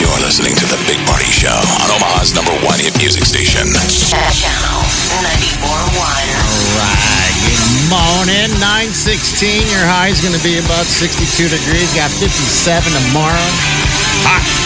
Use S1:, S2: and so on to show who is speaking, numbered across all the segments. S1: You're listening to The Big Party Show on Omaha's number one hit music station.
S2: Channel 94.1.
S3: Right. Good morning. 916. Your high is going to be about 62 degrees. Got 57 tomorrow. Hot.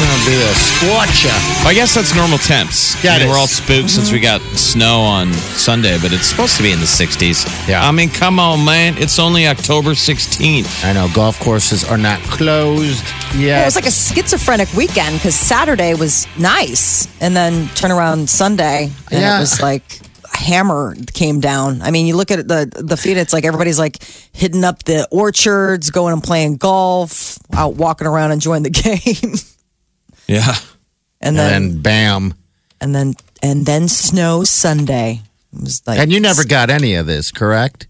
S3: It's going to be a scorcher.
S4: Well, I guess that's normal temps.
S3: Yeah,
S4: I
S3: it
S4: mean,
S3: is.
S4: we're all spooked since we got snow on Sunday, but it's supposed to be in the 60s.
S3: Yeah.
S4: I mean, come on, man. It's only October 16th.
S3: I know golf courses are not closed
S5: It
S3: yet.
S5: was like a schizophrenic weekend because Saturday was nice, and then turn around Sunday, and
S3: Yeah.
S5: it was like a hammer came down. I mean, you look at the the feed; it's like everybody's like hitting up the orchards, going and playing golf, out walking around enjoying the game,
S4: Yeah.
S5: and
S3: and
S5: then
S3: then bam.
S5: and then and then snow Sunday. It was like
S3: And you never got any of this, correct?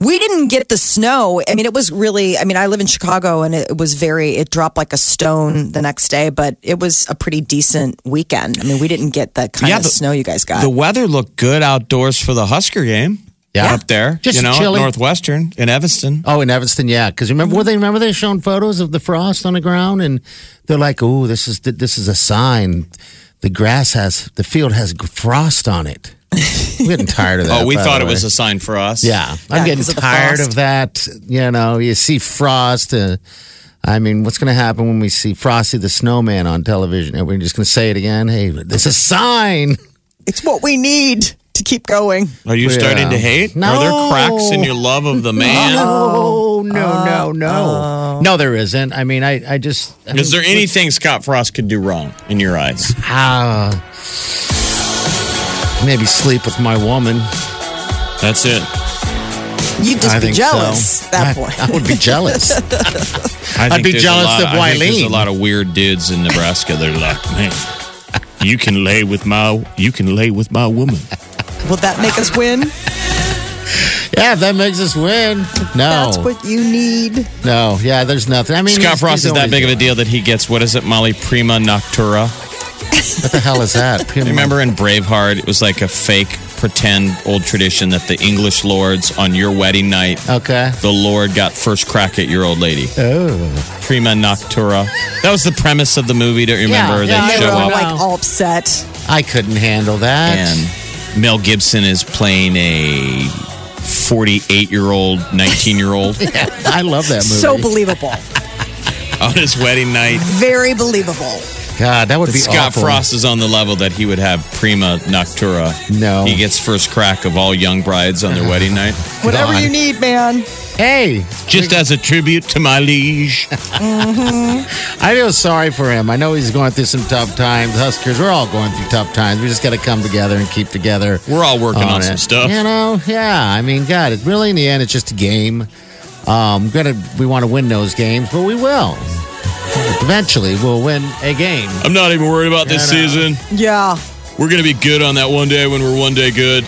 S5: We didn't get the snow. I mean, it was really, I mean, I live in Chicago and it was very, it dropped like a stone the next day, but it was a pretty decent weekend. I mean, we didn't get the kind
S4: Yeah,
S5: of
S4: the-
S5: snow you guys got.
S4: The weather looked good outdoors for the Husker game.
S3: Yeah.
S4: Up there.
S3: Just
S4: you know, at
S3: chilly.
S4: Northwestern in Evanston.
S3: Oh, in Evanston, yeah. Because remember, were they remember they showing photos of the frost on the ground, and they're like, "Oh, this is this is a sign. The grass has the field has frost on it." I'm getting tired of that.
S4: Oh, we
S3: by
S4: thought
S3: the
S4: it
S3: way.
S4: was a sign for us.
S3: Yeah, I'm
S5: Yeah,
S3: getting
S5: 'cause of the
S3: tired
S5: frost.
S3: of that. You know, you see frost. Uh, I mean, what's going to happen when we see Frosty the Snowman on television? And we're just going to say it again. Hey, this is a sign.
S5: it's what we need to keep going.
S4: Are you
S3: Yeah.
S4: starting to hate? Are there
S3: uh, No.
S4: cracks in your love of the man?
S3: Oh no,
S5: Uh,
S3: no,
S5: oh.
S3: no, no! There isn't. I mean, I, I just.
S4: Is
S3: I mean,
S4: there anything Scott Frost could do wrong in your eyes?
S3: Ah, maybe sleep with my woman.
S4: That's it.
S5: You'd just
S3: I
S5: be
S3: think
S5: jealous
S3: so.
S5: at that
S3: I-
S5: point.
S3: I would be jealous.
S4: I
S3: I'd
S4: think
S3: be
S4: there's a
S3: jealous
S4: lot-
S3: of
S4: I think There's a
S3: Wileen.
S4: lot of weird dudes in Nebraska that are like, man, you can lay with my, you can lay with my woman.
S5: Will that make us win?
S3: yeah, if that makes us win. No,
S5: That's what you need.
S3: no, yeah. There's nothing. I mean,
S4: Scott
S3: he's-
S4: Frost
S3: he's
S4: is that
S3: always-
S4: big of a deal that he gets what is it, Molly Prima Noctura?
S3: What the hell is that?
S4: Remember in Braveheart, it was like a fake, pretend old tradition that the English lords on your wedding night,
S3: Okay.
S4: the lord got first crack at your old lady.
S3: Oh.
S4: Prima Noctura. That was the premise of the movie. Don't you remember?
S3: yeah,
S4: they
S3: I
S5: They were
S4: show
S3: remember.
S4: up.
S5: like all upset.
S3: I couldn't handle that.
S4: and Mel Gibson is playing a 48 year old, 19 year old
S3: I love that movie.
S5: So believable.
S4: on his wedding night.
S5: Very believable.
S3: God, that would be
S4: Scott
S3: awful.
S4: Frost is on the level that he would have prima noctura.
S3: No.
S4: He gets first crack of all young brides on their wedding night.
S5: Whatever
S3: God.
S5: you need, man.
S3: Hey,
S4: Just as a tribute to my liege.
S3: I feel sorry for him. I know he's going through some tough times. Huskers, we're all going through tough times. We just got to come together and keep together.
S4: We're all working on, some
S3: it.
S4: stuff.
S3: You know, yeah. I mean, God, it really in the end, it's just a game. Um, gonna we want to win those games, but we will. Eventually, we'll win a game.
S4: I'm not even worried about this
S3: Yeah, I know.
S4: season.
S5: Yeah.
S4: We're going to be good on that one day when we're one day good.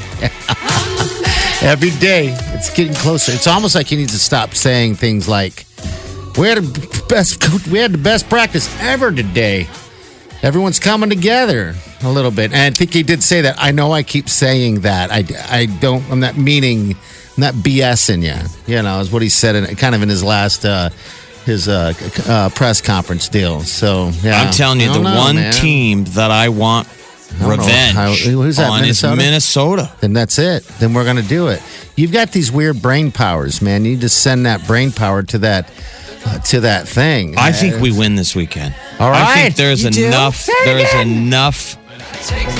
S3: Every day, it's getting closer. It's almost like you need to stop saying things like, "We had the best, we had the best practice ever today." Everyone's coming together a little bit, and I think he did say that. I know I keep saying that. I, I don't. I'm not meaning, I'm not BSing you. You know, is what he said, in, kind of in his last. Uh, his uh, c- uh, press conference deal. So yeah.
S4: I'm telling
S3: I
S4: you, the
S3: don't know,
S4: one
S3: man.
S4: team that I want
S3: don't know
S4: revenge
S3: how- who's that,
S4: on
S3: Minnesota?
S4: is Minnesota.
S3: then that's it. Then we're going to do it. You've got these weird brain powers, man. You need to send that brain power to that to that thing.
S4: I think we win this weekend.
S3: All
S4: I
S3: right.
S4: think there's
S5: You do?
S4: enough.
S5: Say it
S4: There's enough.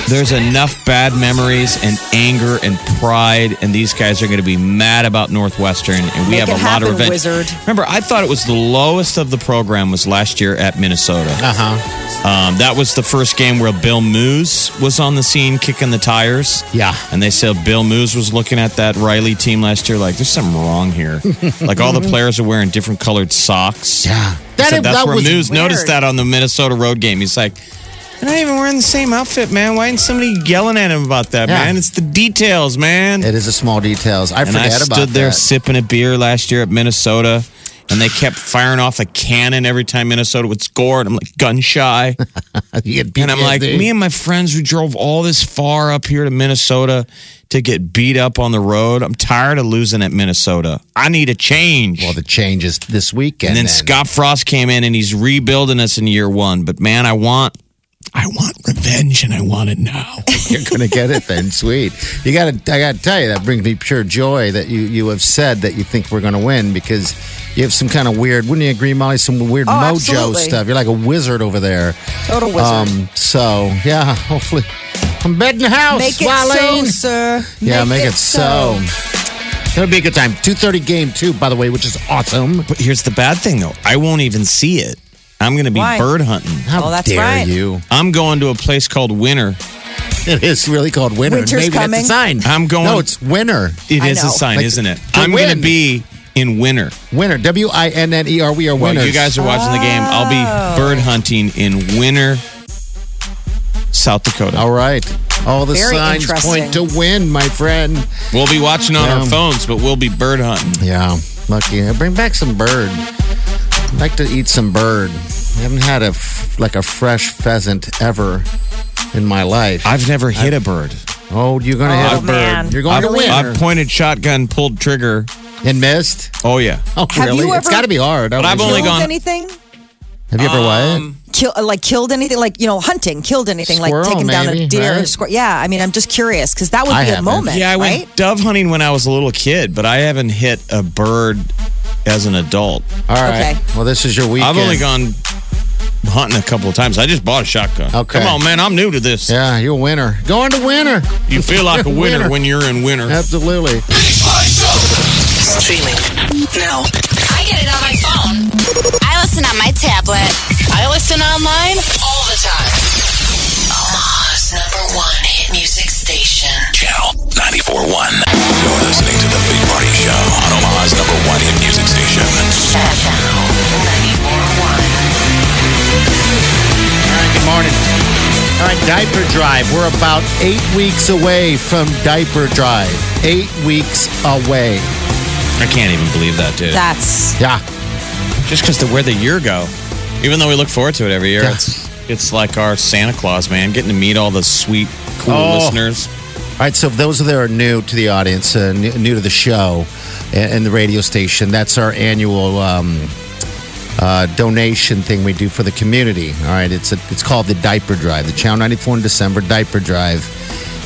S4: There's enough bad memories and anger and pride, and these guys are going to be mad about Northwestern, and we
S5: Make
S4: have a
S5: it
S4: lot of
S5: happen,
S4: revenge.
S5: wizard.
S4: Remember, I thought it was the lowest of the program was last year at Minnesota.
S5: Uh-huh.
S3: Uh huh.
S4: Um, that was the first game where Bill Moose was on the scene kicking the tires.
S3: Yeah.
S4: And they said Bill Moose was looking at that Riley team last year like, there's something wrong here. like, all the players are wearing different colored socks.
S3: Yeah.
S4: He said
S3: That-
S4: that's
S3: that
S4: where
S3: was
S4: Moose
S5: weird.
S4: noticed that on the Minnesota road game. He's like, they're not even wearing the same outfit, man. Why isn't somebody yelling at him about that,
S3: Yeah.
S4: man? It's the details, man.
S3: It is the small details. I
S4: and I
S3: forget about
S4: stood there
S3: that.
S4: sipping a beer last year at Minnesota. And they kept firing off a cannon every time Minnesota would score. And I'm like, gun shy.
S3: You get
S4: And I'm like,
S3: PTSD.
S4: me and my friends, we drove all this far up here to Minnesota to get beat up on the road. I'm tired of losing at Minnesota. I need a change.
S3: Well, the changes this weekend.
S4: and then Scott Frost came in and he's rebuilding us in year one. But man, I want, I want revenge and I want it now.
S3: you're going to get it then. Sweet. You got to. I got to tell you, that brings me pure joy that you you have said that you think we're going to win because you have some kind of weird. Wouldn't you agree, Molly? Some weird
S5: Oh,
S3: mojo
S5: absolutely.
S3: stuff. You're like a wizard over there.
S5: Total wizard.
S3: Um. So yeah. Hopefully, I'm betting the house.
S5: Make it so,
S3: Wileen.
S5: sir.
S3: Yeah, make, it, so. It'll be a good time. Two thirty game too, by the way, which is awesome.
S4: but here's the bad thing though. I won't even see it. I'm going to be
S5: Why?
S4: bird hunting.
S3: How
S5: Oh, that's
S3: dare
S5: right.
S3: you?
S4: I'm going to a place called Winter.
S3: It is really called winter.
S5: Winter's
S3: Maybe
S5: coming.
S3: that's a sign.
S4: I'm going-
S3: No, it's winter.
S4: It is
S5: I
S4: a
S5: know.
S4: sign,
S3: Like,
S4: isn't it?
S3: to
S4: I'm going
S3: win.
S4: to be in Winter.
S3: Winter. W I N N E R. We are
S4: Well,
S3: winners.
S4: you guys are watching the game. I'll be bird hunting in winter South Dakota.
S3: All right. All the
S5: Very
S3: signs
S5: interesting.
S3: point to win, my friend.
S4: We'll be watching on our
S3: Yeah.
S4: phones, but we'll be bird hunting.
S3: Yeah, lucky. Bring back some bird. Like to eat some bird. I haven't had a f- like a fresh pheasant ever in my life.
S4: I've never hit a bird.
S3: oh, you're gonna
S5: Oh,
S3: hit a bird.
S5: man.
S3: You're going
S4: I've,
S3: to win
S4: I've pointed shotgun, pulled trigger.
S3: and missed.
S4: Oh yeah.
S3: Oh,
S5: Have
S3: really?
S5: you
S3: it's
S5: ever
S3: got to be hard. I
S4: But I've
S3: would
S4: only um,
S3: assume.
S5: Killed
S4: gone-
S5: anything?
S3: Have you ever
S5: Kill, uh, like killed anything? Like you know, hunting killed anything?
S3: Squirrel,
S5: like taking down
S3: maybe,
S5: a deer?
S3: right?
S5: squir- yeah, I mean, I'm just curious because that would
S3: I
S5: be a
S3: haven't.
S5: moment,
S4: Yeah, I went
S5: right?
S4: dove hunting when I was a little kid, but I haven't hit a bird as an adult.
S3: what? All right.
S5: Okay.
S3: Well, this is your weekend.
S4: I've only gone hunting a couple of times. I just bought a shotgun.
S3: Okay.
S4: Come on, man. I'm new to this.
S3: Yeah, you're a winner. Going to winner.
S4: You feel like a winner, when you're in winter.
S3: Absolutely.
S2: Streaming now.
S6: I get it on my phone. I listen on my tablet. I listen online.
S2: All the time. Omaha's number one hit music station.
S1: Channel 94.1. You're listening to The Big Party Show on Omaha's number one hit music station.
S2: Channel 94.1.
S3: All right, good morning. All right, diaper drive. We're about eight weeks away from diaper drive. Eight weeks away.
S4: I can't even believe that, dude.
S5: That's
S3: Yeah.
S4: just because the where the year go even though we look forward to it every year
S3: Yeah.
S4: it's it's like our santa claus man getting to meet all the sweet cool
S3: Oh.
S4: listeners
S3: All right, so those that are new to the audience, uh, new, new to the show and, and the radio station, that's our annual um, uh, donation thing we do for the community. All right, it's a, it's called the Diaper Drive, the Chow 94 in December Diaper Drive,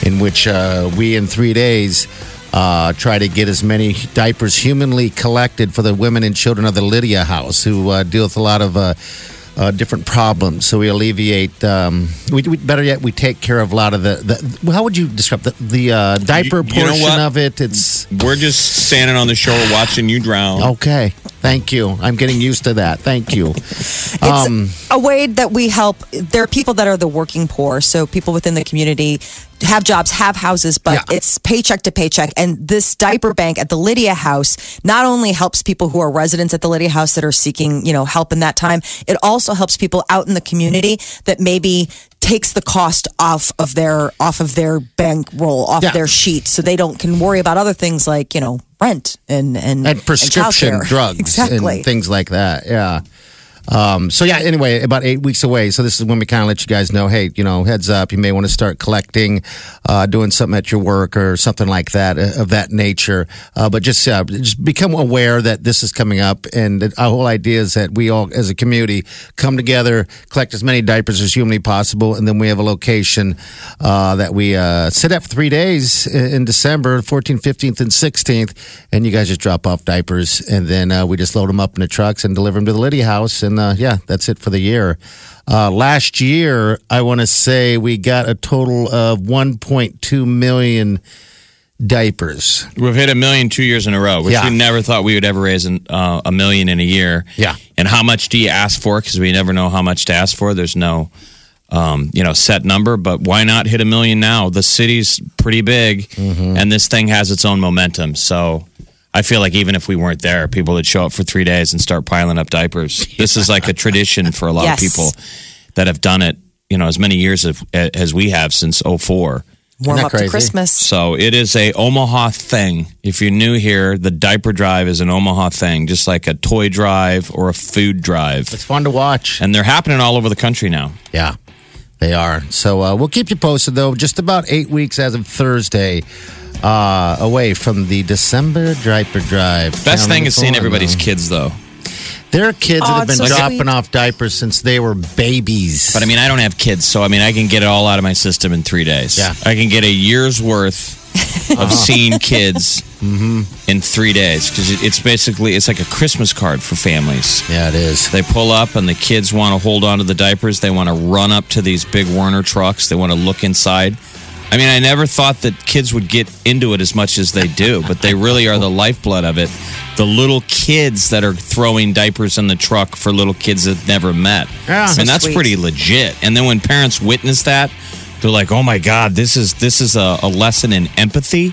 S3: in which uh, we in three days uh, try to get as many diapers humanly collected for the women and children of the Lydia House who uh, deal with a lot of. Uh, uh, different problems. So we alleviate. Um, we, we better yet, we take care of a lot of the. the well, how would you describe the the uh, diaper
S4: You- you know
S3: portion
S4: what?
S3: of it? It's
S4: we're just standing on the shore watching you drown
S3: okay. Thank you. I'm getting used to that. Thank you.
S5: it's a way that we help. There are people that are the working poor, so people within the community have jobs, have houses, but
S3: Yeah.
S5: it's paycheck to paycheck. And this diaper bank at the Lydia House not only helps people who are residents at the Lydia House that are seeking, you know, help in that time. It also helps people out in the community that maybe takes the cost off of their off of their bank roll, off
S3: Yeah.
S5: their sheet, so they don't can worry about other things like you know rent and and
S3: and prescription
S5: childcare.
S3: drugs
S5: exactly.
S3: and things like that. Yeah. Um, so yeah, anyway, about eight weeks away. So this is when we kind of let you guys know, hey, you know, heads up, you may want to start collecting, uh, doing something at your work or something like that uh, of that nature. Uh, but just uh, just become aware that this is coming up, and that our whole idea is that we all, as a community, come together, collect as many diapers as humanly possible, and then we have a location uh, that we uh, sit at for three days i- in December, 14th, 15th, and 16th, and you guys just drop off diapers, and then uh, we just load them up in the trucks and deliver them to the Liddy house, and uh, yeah, that's it for the year. Uh, last year, I want to say we got a total of 1.2 million diapers.
S4: We've hit a million two years in a row, which
S3: Yeah.
S4: we never thought we would ever raise in, uh, a million in a year.
S3: Yeah.
S4: And how much do you ask for? Because we never know how much to ask for. There's no, um, you know, set number. But why not hit a million now? The city's pretty big,
S3: Mm-hmm.
S4: and this thing has its own momentum. So I feel like even if we weren't there, people that show up for three days and start piling up diapers. This is like a tradition for a lot
S5: Yes.
S4: of people that have done it. You know, as many years of, as we have since '04.
S5: Warm
S3: that
S5: up
S3: crazy?
S5: to Christmas.
S4: So it is a Omaha thing. If you're new here, the diaper drive is an Omaha thing, just like a toy drive or a food drive.
S3: It's fun to watch.
S4: And they're happening all over the country now.
S3: Yeah, they are. So uh, we'll keep you posted, though. Just about eight weeks as of Thursday uh, away from the December Diaper Drive.
S4: Best
S3: Down
S4: thing
S3: in
S4: is seeing
S3: Florida.
S4: everybody's kids, though.
S3: There are kids that
S5: Aw,
S3: have been
S5: Oh, it's so
S3: dropping
S5: sweet.
S3: off diapers since they were babies.
S4: But I mean, I don't have kids, so I mean, I can get it all out of my system in three days.
S3: Yeah.
S4: I can get a year's worth of seeing kids in three days because it, it's basically it's like a Christmas card for families.
S3: yeah, it is.
S4: They pull up and the kids want to hold on to the diapers. They want to run up to these big Werner trucks. They want to look inside. I mean, I never thought that kids would get into it as much as they do, but they really are the lifeblood of it. The little kids that are throwing diapers in the truck for little kids that never met.
S3: Yeah.
S4: and that's
S5: sweet.
S4: pretty legit. And then when parents witness that, they're like, "Oh my God, this is this is a, a lesson in empathy."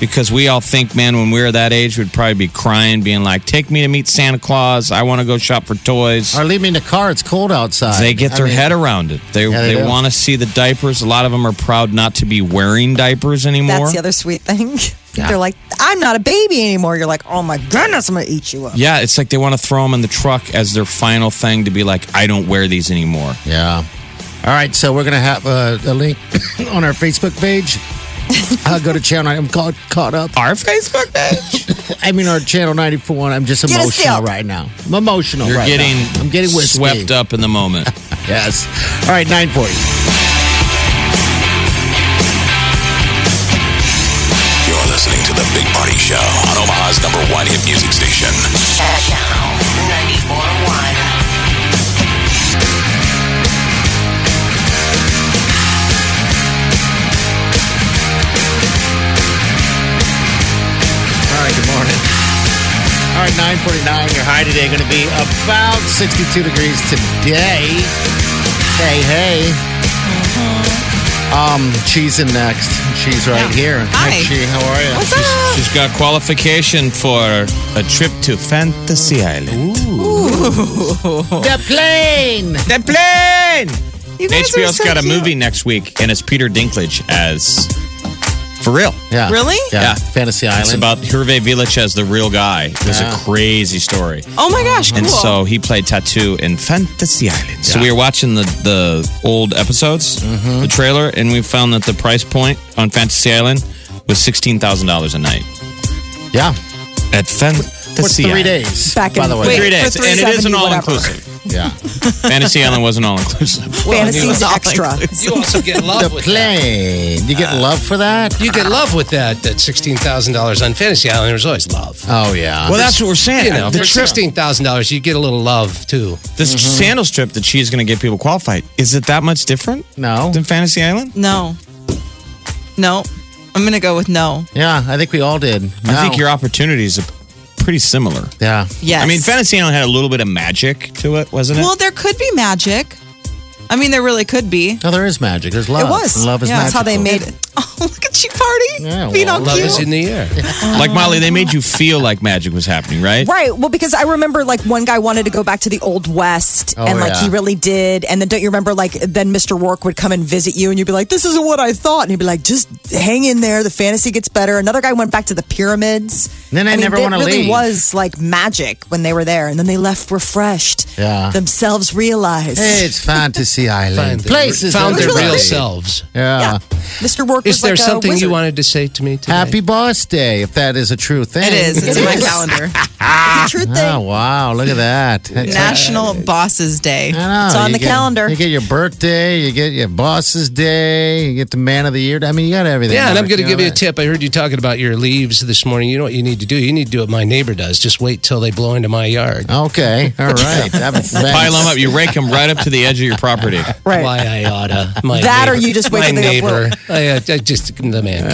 S4: because we all think, man, when we were that age, we'd probably be crying, being like, "Take me to meet Santa Claus. I want to go shop for toys."
S3: Or leave me in the car. It's cold outside.
S4: they get
S3: I
S4: their
S3: mean,
S4: head around it. They
S3: Yeah, they
S4: they,
S3: do.
S4: want to see the diapers. A lot of them are proud not to be wearing diapers anymore.
S5: That's the other sweet thing.
S3: Yeah.
S5: They're like, I'm not a baby anymore. You're like, oh my goodness, I'm going to eat you up.
S4: yeah, it's like they want to throw them in the truck as their final thing to be like, "I don't wear these anymore."
S3: Yeah. All right, so we're going to have uh, a link on our Facebook page. I'll go to channel. I'm caught, caught up.
S4: Our Facebook page.
S3: I mean, our channel 94. I'm just
S5: Get us
S3: emotional
S5: out.
S3: right now. I'm emotional.
S4: You're
S3: right
S4: getting
S3: now. I'm getting whiskey.
S4: swept up in the moment.
S3: Yes. All right, 940.
S1: You're listening to The Big Party Show on Omaha's number one hit music station.
S2: Channel 94.1.
S3: All right, good morning. All right, 949. Your high today going to be about 62 degrees today. Hey, hey.
S4: Mm-hmm.
S3: Um, she's in next. She's right here.
S5: Hi.
S3: She, how are you?
S5: What's up?
S4: She's got qualification for a trip to Fantasy Island.
S3: The plane.
S4: The plane.
S5: You guys are
S4: HBO's
S5: so
S4: got a
S5: cute.
S4: movie next week, and it's Peter Dinklage as for real.
S3: Yeah.
S5: Really?
S3: Yeah.
S4: Yeah.
S3: Fantasy Island.
S4: It's about Hervé Village as the real guy. It was
S3: Yeah.
S4: a crazy story.
S5: Oh my gosh, cool.
S4: And so he played Tattoo in Fantasy Island. So
S3: Yeah.
S4: we were watching the, the old episodes, the trailer, and we found that the price point on Fantasy Island was $16,000 a night.
S3: yeah.
S4: At
S3: For
S4: Fantasy
S3: three
S4: Island.
S3: days.
S5: Back in
S3: by the way.
S5: wait,
S4: Three days.
S5: For
S4: and it is an
S5: 370,
S4: all
S5: whatever.
S4: inclusive.
S3: Yeah.
S4: Fantasy Island wasn't all inclusive.
S5: Fantasies extra.
S7: You also get in
S3: The
S7: love with that.
S3: plane. You get love for that?
S7: You get in love with that. That sixteen thousand dollars on Fantasy Island. There's always love.
S3: Oh, yeah.
S4: Well, that's what we're saying.
S7: You know,
S4: The
S7: for
S4: trip-
S7: sixteen thousand dollars, you get a little love too.
S4: This sandal strip that she's going to get people qualified, is it that much different
S3: no.
S4: than Fantasy Island?
S8: No. No. I'm going to go with no.
S3: Yeah, I think we all did.
S4: I think your opportunities are pretty similar.
S3: Yeah.
S8: Yes.
S4: I mean, Fantasy Island had a little bit of magic to it, wasn't it?
S8: Well, there could be magic. I mean, there really could be.
S3: No, there is magic. There's love.
S5: it was.
S3: Love is
S5: yeah, that's how they
S3: magical.
S5: made it.
S8: Oh, look at you, party.
S3: Yeah,
S8: Being
S3: well,
S8: all
S7: Love
S8: cute.
S7: is in the air.
S4: like Molly, they made you feel like magic was happening, right?
S5: Right. Well, because I remember like one guy wanted to go back to the old west
S3: Oh,
S5: and like
S3: yeah.
S5: he really did. And then don't you remember like then Mr. Rourke would come and visit you and you'd be like, This isn't what I thought and he'd be like, just hang in there, the fantasy gets better. Another guy went back to the pyramids.
S3: Then they
S5: I mean,
S3: never
S5: that
S3: wanna
S5: really
S3: leave.
S5: was like magic when they were there, and then they left refreshed.
S3: Yeah.
S5: Themselves realized.
S3: It's Fantasy Island. Places
S7: found their
S3: everybody.
S7: real selves.
S3: Yeah.
S5: Mr. Work
S7: Is
S5: was
S7: there
S5: like a
S7: something you
S5: wizard.
S7: wanted to say to me today?
S3: Happy Boss Day, if that is a true thing.
S8: It is. It's in my calendar.
S5: It's a true thing.
S3: Oh wow! Look at that. That's
S8: National Bosses Day.
S3: I know,
S5: It's on
S3: you
S5: the
S3: get-
S5: calendar.
S3: You get your birthday, you get your boss's day, you get the man of the year. I mean, you got everything.
S7: Yeah, and I'm
S3: Mark,
S7: going to
S3: know
S7: give you a
S3: that.
S7: tip. I heard you talking about your leaves this morning. You know what you need to do? You need to do what my neighbor does. Just wait till they blow into my yard.
S3: Okay, all right.
S4: Pile them up. You rake them right up to the edge of your property.
S5: Right.
S7: Why I oughta. My
S5: That or
S7: neighbor-
S5: you just wait
S7: my
S5: till they go,
S7: neighbor. I, uh, I just the man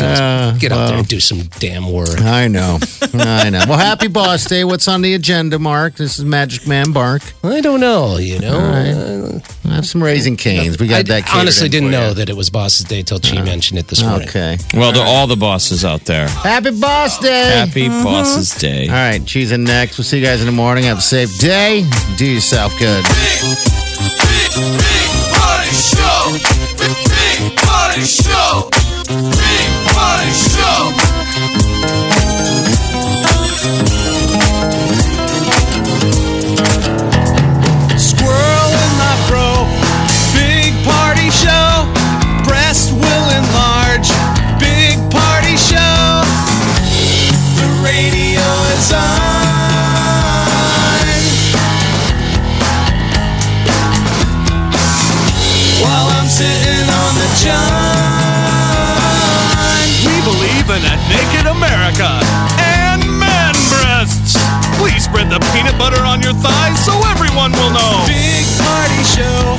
S7: comes, get out there and do some damn work.
S3: I know, I know. Well, happy Boss Day. What's on the agenda, Mark? This is Magic Man Bark.
S7: I don't know. You know,
S3: I have some raising canes. We got
S7: I
S3: that. catered
S7: honestly
S3: in
S7: didn't
S3: for
S7: know
S3: you.
S7: that it was Boss's day till she mentioned it this morning.
S3: Okay.
S4: Well, to all the bosses out there,
S3: Happy Boss Day.
S4: happy Bosses Day.
S3: All right, cheese and next. We'll see you guys in the morning. Have a safe day. Do yourself good.
S9: Squirrel in my bro. Big party show. Breast will enlarge. Big party show. The radio is on. While I'm sitting on the john. We believe in a naked America and man breasts. Please spread the peanut butter on your thighs so everyone will know. Big party show.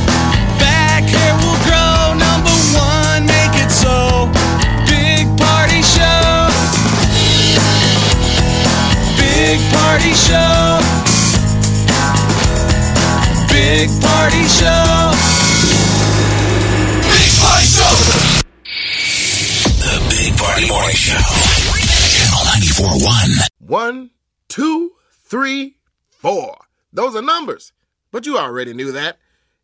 S9: Back hair will grow. Number one, make it so. Big party show. Big party show. Big party show. Big party show.
S1: The Big Party Morning Show. Channel 94.1.
S10: One, two, three, four. Those are numbers, but you already knew that.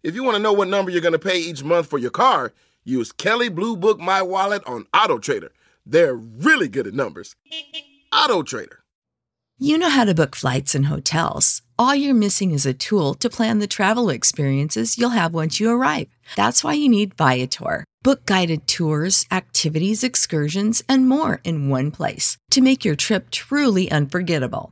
S10: If you want to know what number you're going to pay each month for your car, use Kelly Blue Book My Wallet on Auto Trader. They're really good at numbers. Auto Trader.
S11: You know how to book flights and hotels. All you're missing is a tool to plan the travel experiences you'll have once you arrive. That's why you need Viator. Book guided tours, activities, excursions, and more in one place to make your trip truly unforgettable.